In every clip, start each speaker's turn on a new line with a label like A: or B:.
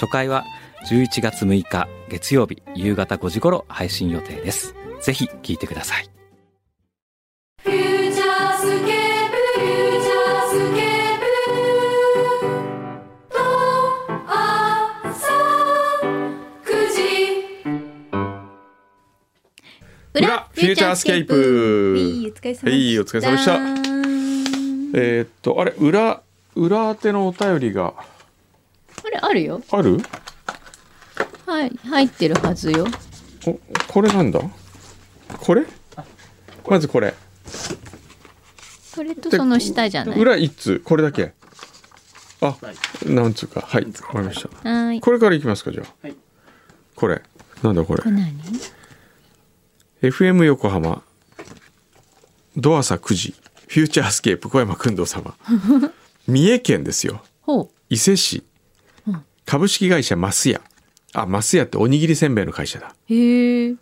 A: 初回は11月6日月曜日夕方5時頃配信予定ですぜひ聞いてください
B: フューチャースケープフューチャースケープと朝9時
C: 裏フューチャースケープ
D: はい、お疲れ様でした。
C: はいお疲れ様でした
D: あ
C: えーっとあれ裏裏宛てのお便りが
D: れ、あるよ。
C: ある
D: はい、入ってるはずよ。
C: おこれなんだこれまずこれ
D: それと
C: で
D: その下じゃない。
C: 裏一通これだけあなんつうかはいわかりました
D: はい。こ
C: これからいきますかじゃあ、これなんだこれ
D: れ何
C: FM 横浜ドアサ9時フューチャースケープ小山君堂 様三重県ですよ
D: ほ
C: 伊勢市株式会社マスヤあマスヤっておにぎりせんべいの会社だ
D: う。へえ。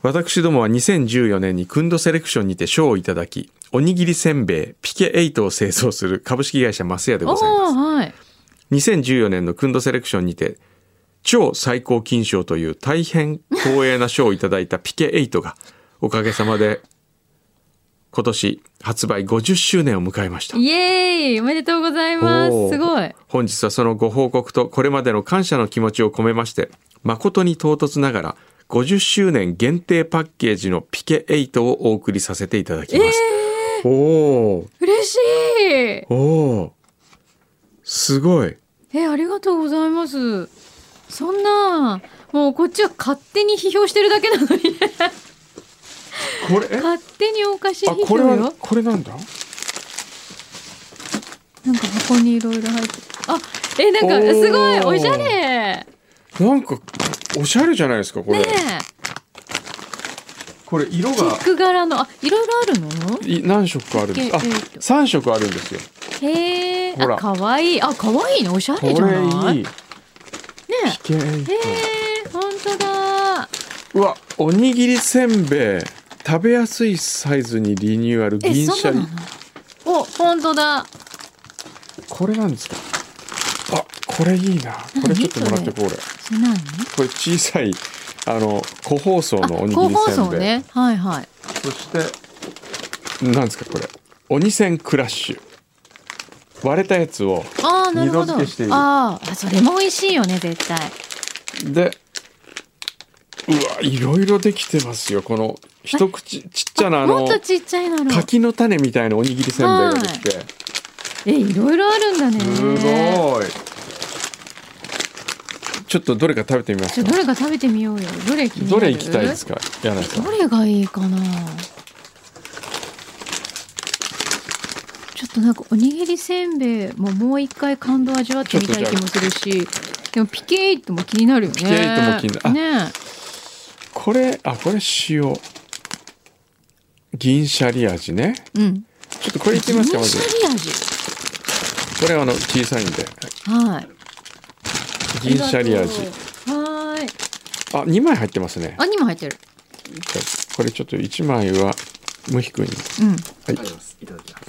C: 私どもは2014年にクンドセレクションにて賞をいただきおにぎりせんべいピケ8を製造する株式会社マスヤで
D: お
C: ご
D: お
C: ざいます
D: ー、はい。
C: 2014年のクンドセレクションにて超最高金賞という大変光栄な賞をいただいた PK8 がおかげさまで今年発売50周年を迎えました。
D: イエーイおめでとうございます。
C: おー
D: すごい。
C: 本日はそのご報告とこれまでの感謝の気持ちを込めまして誠に唐突ながら50周年限定パッケージのピケ8をお送りさせていただきます。おお
D: 嬉しい
C: おおすごい
D: え、ありがとうございます。そんな、もうこっちは勝手に批評してるだけなのに ね。
C: これえ
D: 勝手にお菓子
C: あ
D: 批
C: こ
D: 評
C: れ
D: よ
C: は。これなんだ
D: なんか箱にいろいろ入って。あ、え、なん
C: お
D: か
C: ー
D: すごいおしゃれ
C: なんかおしゃれじゃないですかこれ、
D: ねえ。
C: これ色
D: チェ
C: が
D: ック柄の、あ、いろいろあるの
C: い何色かあるんですあ
D: ピケ8
C: 三色あるんですよ
D: へえ、
C: ほ
D: あ、
C: ら
D: かわいい。あ、かわいいね。おしゃ
C: こ
D: れじゃ
C: れ
D: ない
C: い
D: ね
C: いピケ8
D: え、へえ、ほんとだ。
C: うわおにぎりせんべい食べやすいサイズにリニューアル
D: え、
C: 銀シ
D: そ
C: ャ
D: うな
C: リ
D: のお、ほんとだ。
C: これなんですかあこれいいなこれちょっともらってこれ
D: それ何
C: これ小さいあの個包装
D: あ、
C: のおにぎ
D: 高
C: り
D: 放
C: せん
D: 送
C: べい、
D: ね。はいはい。
C: そしてなんですかこれ鬼せんクラッシュ割れたやつを
D: あー、なるほ
C: 二度
D: ど。
C: 付けしている
D: あーあ、それも美味しいよね、絶対。
C: でうわいろいろできてますよこの一口ちっちゃなあ
D: も
C: の
D: っとちっちゃいなの。
C: 柿の種みたいなおにぎりせんべいができて、
D: え、いろいろあるんだね。
C: すごいちょっとどれか食べてみま
D: ち
C: す
D: ょ、
C: か
D: どれか食べてみようよ。どれ気にな
C: ど
D: る
C: れ行きたいですか柳井さん
D: どれがいいかなちょっとなんかおにぎりせんべいももう一回感動味わってみたい気もするしでもピケイトも気になるよね
C: ピケイトも気に
D: なね
C: これあこれ塩銀シャリ味ね
D: えうん
C: ちょっとこれいってみますかまず
D: 銀シャリ味
C: これはあの小さいんで
D: はい
C: 銀シャリ味
D: はーい
C: あ二枚入ってますね
D: あにも入ってる
C: これちょっと一枚はムヒ君に
D: うん
C: はい。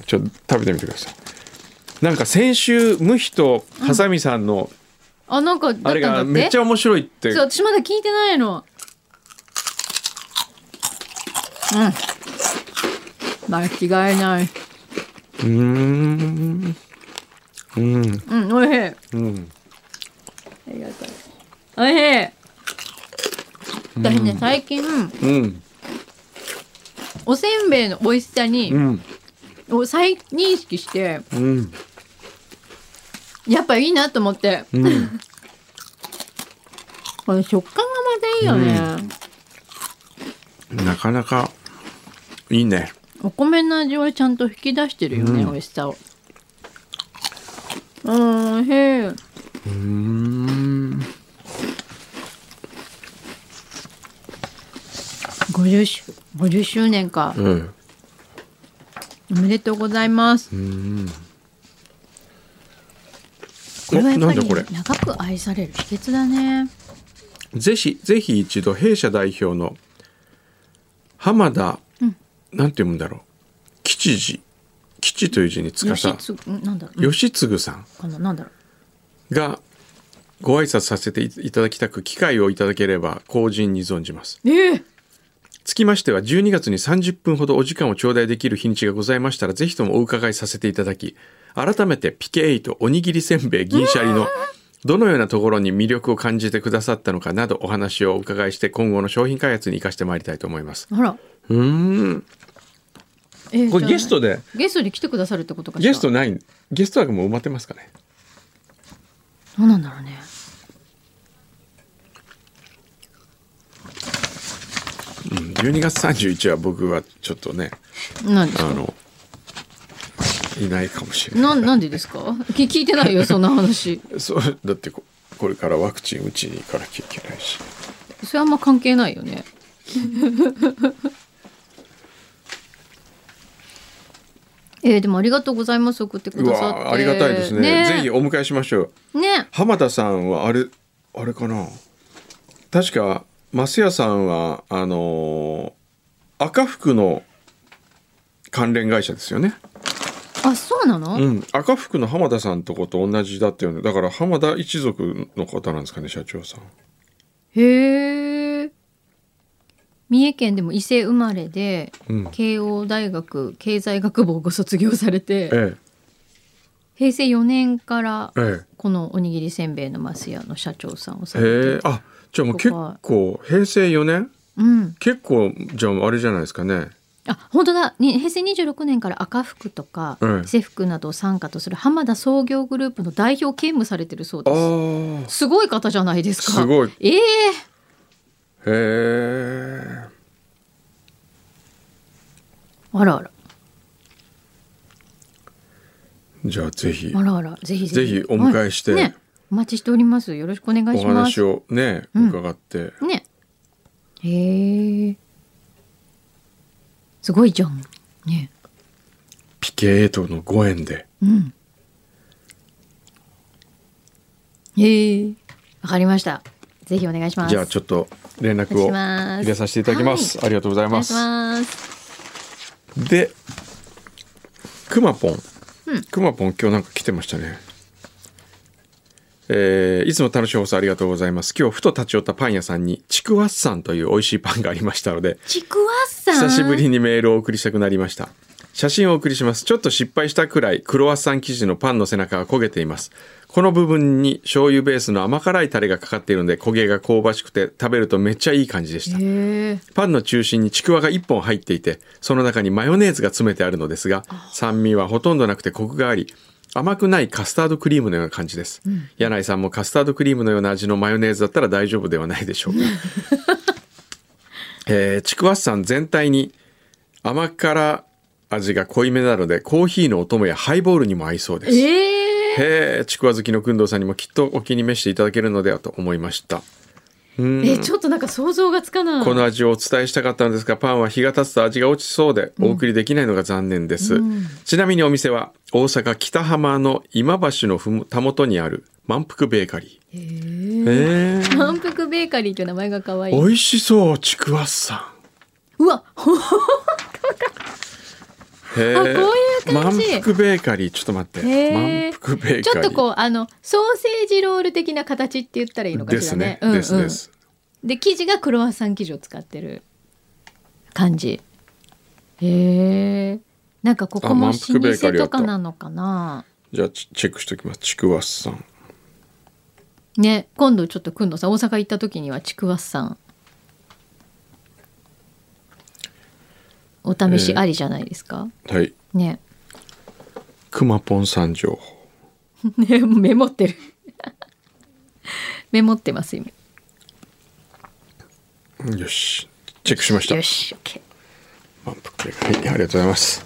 C: ちょっと食べてみてください。なんか先週ムヒとハサミさんの、
D: あなんかだった
C: あれ
D: んだ
C: が
D: って
C: めっちゃ面白いって
D: そう私まだ聞いてないのうん間違いないう
C: ーんうん
D: うんおいしい
C: うん
D: ありがとう。おいしい。私ね、最近、
C: うん
D: おせんべいの美味しさに、
C: うん
D: を再認識して、
C: うん
D: やっぱいいなと思って、
C: うん
D: この食感がまたいいよね。
C: なかなかいいね
D: お米の味はちゃんと引き出してるよね、美味しさを。うん、おいしい。
C: うーん
D: 50周50周年か、
C: うん
D: おめでとうございますこれはやっ
C: な
D: ぱ
C: んだ
D: り
C: これ
D: 長く愛される秘訣だね
C: ぜひぜひ一度弊社代表の浜田、なんて読むんだろう吉次吉という字につか
D: 吉
C: さ
D: つんなんだろううん
C: 吉次さん
D: このなんだろ
C: がご挨拶させていただきたく機会をいただければ後人に存じます
D: うええ
C: つきましては12月に30分ほどお時間を頂戴できる日にちがございましたらぜひともお伺いさせていただき改めてピケエイとおにぎりせんべい銀シャリのどのようなところに魅力を感じてくださったのかなどお話をお伺いして今後の商品開発に生かしてまいりたいと思います
D: あら
C: うーん
D: ええ
C: これ
D: じゃあ
C: ゲストで
D: ゲストに来てくださるってことかしら
C: ゲストないゲスト枠も埋まってますかね
D: どうなんだろうね
C: うん12月31日は僕はちょっとね
D: なんです
C: あ
D: か
C: のいないかもしれない
D: ななんでですか き聞いて ないよそんな話
C: そうだってここれからワクチン打ちに行かなきゃいけないし
D: それあんま関係ないよね えー、でもありがとうございます送ってく
C: う
D: ださって
C: わありがたいですねぜひお迎えしましょう
D: ね
C: 浜田さんはあれあれかな確か増谷さんはあのー赤福の関連会社ですよね、
D: あそうなの、
C: うん、赤福の浜田さんとこと同じだったよねだから浜田一族の方なんですかね社長さん
D: へえ三重県でも伊勢生まれで、
C: うん
D: 慶応大学経済学部をご卒業されて、
C: え
D: 平成4年から
C: ええ
D: このおにぎりせんべいのマスヤの社長さんをさ
C: え
D: れて
C: へえあじゃあもう結構平成4年
D: うん、
C: 結構じゃああれじゃないですかね
D: あ本当だに平成26年から赤福とか、
C: うん
D: 伊勢福などを傘下とする浜田創業グループの代表兼務されてるそう
C: あ
D: です
C: あ
D: すごい方じゃないですか
C: すごい
D: ええ
C: へえ
D: あらあら
C: じゃあぜひ
D: あらあらぜひ
C: ぜひお迎えして
D: はいねお待ちしておりますよろしくお願い
C: お
D: しま
C: 話
D: す
C: をね
D: うん
C: 伺って、
D: ねへえすごいじゃんね
C: ピケエイとのご縁で
D: うんへえわかりましたぜひお願いします
C: じゃあちょっと連絡
D: お
C: を
D: 願いします
C: 入れさせていただきます、
D: は
C: ありがとうござい
D: お
C: ま
D: 願いし
C: す
D: ます
C: でくまぽん
D: うん
C: くまぽん今日なんか来てましたねえーいつも楽しい放送ありがとうございます今日ふと立ち寄ったパン屋さんにちくわっさんという美味しいパンがありましたので
D: ちくわさ
C: 久
D: ん
C: しぶりにメールをお送りしたくなりました写真をお送りしますちょっと失敗したくらいクロワッサン生地のパンの背中が焦げていますこの部分に醤油ベースの甘辛いタレがかかっているので焦げが香ばしくて食べるとめっちゃいい感じでした
D: へえ
C: パンの中心にちくわが1本入っていてその中にマヨネーズが詰めてあるのですが酸味はほとんどなくてコクがあり甘くないカスタードクリームのような感じです、柳井さんもカスタードクリームのような味のマヨネーズだったら大丈夫ではないでし ょうか、えーちくわっさん全体に甘辛味が濃いめなのでコーヒーのお供やハイボールにも合いそうです
D: ええ
C: へえちくわ好きの工藤さんにもきっとお気に召していただけるのではと思いました
D: えちょっとなんか想像がつかない
C: この味をお伝えしたかったのですがパンは日が経つと味が落ちそうでお送りできないのが残念です、ちなみにお店は大阪北浜の今橋のふもたもとにある満腹ベーカリーへえ
D: 満腹ベーカリーという名前が可愛い
C: 美味しそうちくわっさ
D: うわほん
C: んへえ
D: あこういう感じ
C: 満腹ベーカリーちょっと待って
D: へ
C: 満
D: え
C: 腹ベーカリー
D: ちょっとこうあのソーセージロール的な形って言ったらいいのか
C: で
D: し
C: す
D: ら
C: ね
D: ね、うんうん
C: ですです
D: で生地がクロワッサン生地を使ってる感じへえなんかここも
C: あ
D: 老
C: 満腹ベーカ
D: 舗
C: リーだ
D: と
C: った
D: かなのかな
C: じゃあチチェックしておきますちくわっさん
D: ね今度ちょっとくんのさん大阪行った時にはちくわさんお試しありじゃないですか、
C: はい
D: ね
C: くまぽんさん情報
D: ねメモってる メモってます今
C: よしチェックしました
D: よし OK
C: 満腹系はい、ありがとうございます。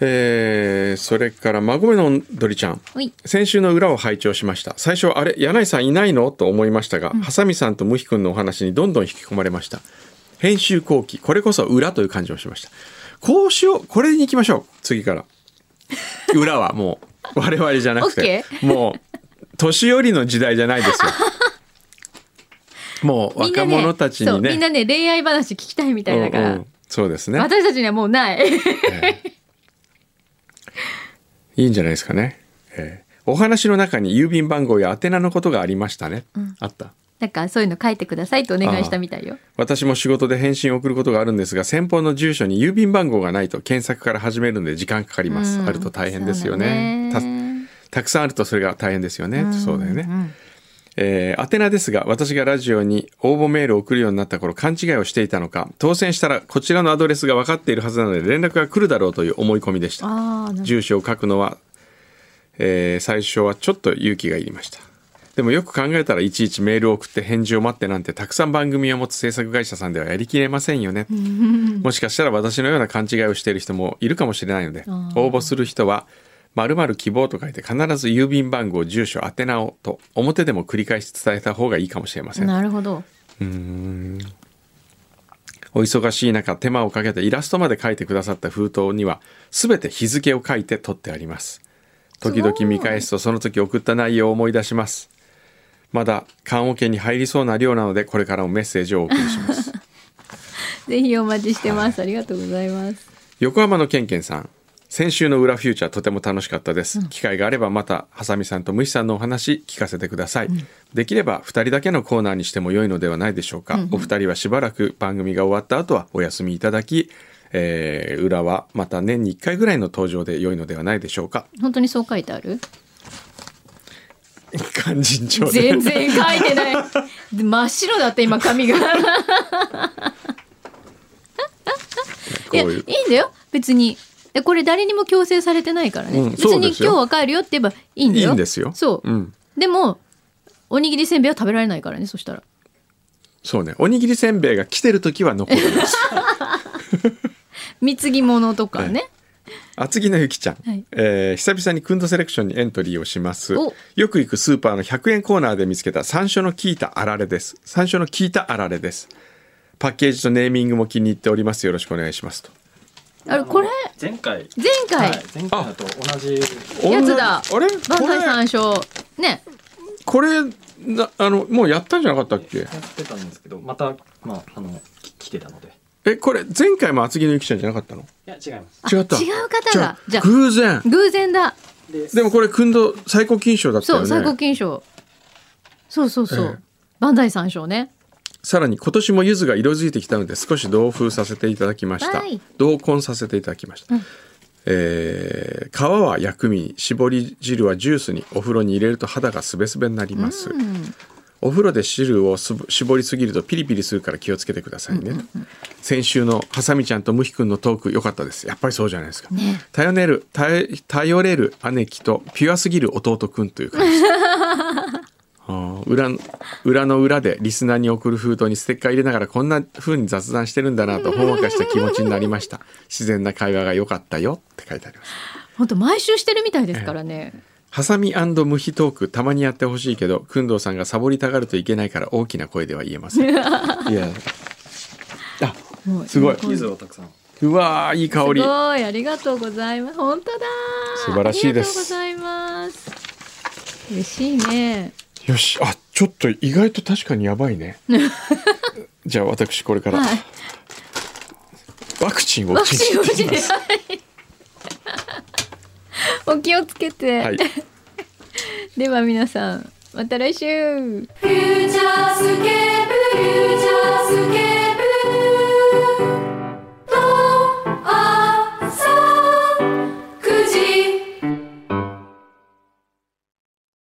C: えーそれから、孫めのんどりちゃん。
D: ほい
C: 先週の裏を拝聴しました。最初、あれ、柳井さんいないのと思いましたが、ハサミさんとムヒ君のお話にどんどん引き込まれました。編集後期これこそ裏という感じをしましたこうしようこれに行きましょう次から裏はも う我々じゃなくてもう年寄りの時代じゃない ですよもう
D: みんな
C: 若
D: ね
C: 者たちに
D: そうみんな
C: ね
D: ね恋愛話聞きたいみたいだから、
C: うんうんそうですね
D: 私たちにはもうない
C: いいんじゃないですかね、えーお話の中に郵便番号や宛名のことがありましたね、あった
D: なんかそういうの書いてくださいとお願いしたみたいよ
C: 私も仕事で返信を送ることがあるんですが先方の住所に郵便番号がないと検索から始めるので時間かかります、
D: うん
C: あると大変ですよね
D: そうだね
C: たたくさんあるとそれが大変ですよね、そうだよね、
D: ん
C: えー宛名ですが私がラジオに応募メールを送るようになった頃勘違いをしていたのか当選したらこちらのアドレスが分かっているはずなので連絡が来るだろうという思い込みでした
D: ああなんか
C: 住所を書くのは、えー最初はちょっと勇気がいりましたでもよく考えたらいちいちメールを送って返事を待ってなんてたくさん番組を持つ制作会社さんではやりきれませんよ ねもしかしたら私のような勘違いをしている人もいるかもしれないので応募する人は「まる希望」と書いて必ず郵便番号住所宛名をと表でも繰り返し伝えた方がいいかもしれません
D: なるほど
C: お忙しい中手間をかけてイラストまで書いてくださった封筒には全て日付を書いて取ってあります時々見返すとその時送った内容を思い出しますまだ缶桶に入りそうな量なのでこれからもメッセージをお送りします
D: ぜひお待ちしてます、ありがとうございます
C: 横浜のケンケンさん先週の裏フューチャーとても楽しかったです、機会があればまたハサミさんとムシさんのお話聞かせてください、できれば2人だけのコーナーにしても良いのではないでしょうか、お二人はしばらく番組が終わった後はお休みいただき、えー裏はまた年に1回ぐらいの登場で良いのではないでしょう か
D: 本当にそう書いてある
C: 肝心帳で
D: 全然書いてない で真っ白だって今髪がい
C: こう
D: やいい
C: いうん
D: だよ別にえこれ誰にも強制されてないからね、
C: うん
D: 別
C: そう
D: に
C: です
D: 今
C: よ
D: 日は帰るよって言えばいいんだよ
C: いいんですよ
D: そう、
C: うん
D: でもおにぎりせんべいは食べられないからねそしたら
C: そうねおにぎりせんべいが来てる時は残るんです
D: 貢ぎ物とかね、
C: 厚木のゆきちゃん、
D: はい
C: えー久々にくんどセレクションにエントリーをします
D: お
C: よく行くスーパーの100円コーナーで見つけた山椒の効いたあられです山椒の効いたあられですパッケージとネーミングも気に入っておりますよろしくお願いしますと
D: あれこれ
E: 前回
D: 前回、
E: はい、前回のと同じ
D: やつだ
C: あれ
D: 万歳
C: これ
D: 三章ね
C: これなあのもうやったんじゃなかったっけ
E: やってたんですけどまたまああのき来てたのでい
C: えこれ前回も厚木のゆきちゃんじゃなかったの
E: や違います
C: 違った
D: 違う方
C: じ
D: が
C: ゃ
D: じゃ
C: あ
D: あ
C: 偶然
D: 偶然だ
E: で
C: でもこれくんど最高金賞だった
D: そ
C: よ
D: う
C: ね
D: 最高金賞そうそうそう、
C: ええ
D: 万歳三章ね
C: さらに今年も柚子が色づいてきたので少し同封させていただきました
D: はい
C: 同梱させていただきました、えー皮は薬味に絞り汁はジュースにお風呂に入れると肌がすべすべになります、お風呂で汁をすぶ絞りすぎるとピリピリするから気をつけてくださいね、先週のハサミちゃんとムヒ君のトーク良かったですやっぱりそうじゃないですか、頼れる頼頼れる姉貴とピュアすぎる弟くんという感じあー裏の裏の裏でリスナーに送る封筒にステッカー入れながらこんな風に雑談してるんだな とほんわかした気持ちになりました自然な会話が良かったよって書いてあります
D: 本当毎週してるみたいですからね、
C: ハサミムヒトークたまにやってほしいけど工藤さんがサボりたがるといけないから大きな声では言えませ んいや
D: もう
C: あすごい
E: ゆずをたくさん
C: うわーいい香り
D: すごいありがとうございます本当だ
C: 素晴らしいです
D: ありがとうございます嬉しいね
C: よしあちょっと意外と確かにやばい ねじゃあ私これから、
D: はい
C: ワクチンを打
D: ワ
C: ちに
D: クチン
C: 行
D: を
C: っ
D: 打
C: て
D: ち
C: き
D: に
C: ます
D: はいお気をつけて、
C: はい
D: では皆さんまた来週
B: フューチャースケープフューチャースケープ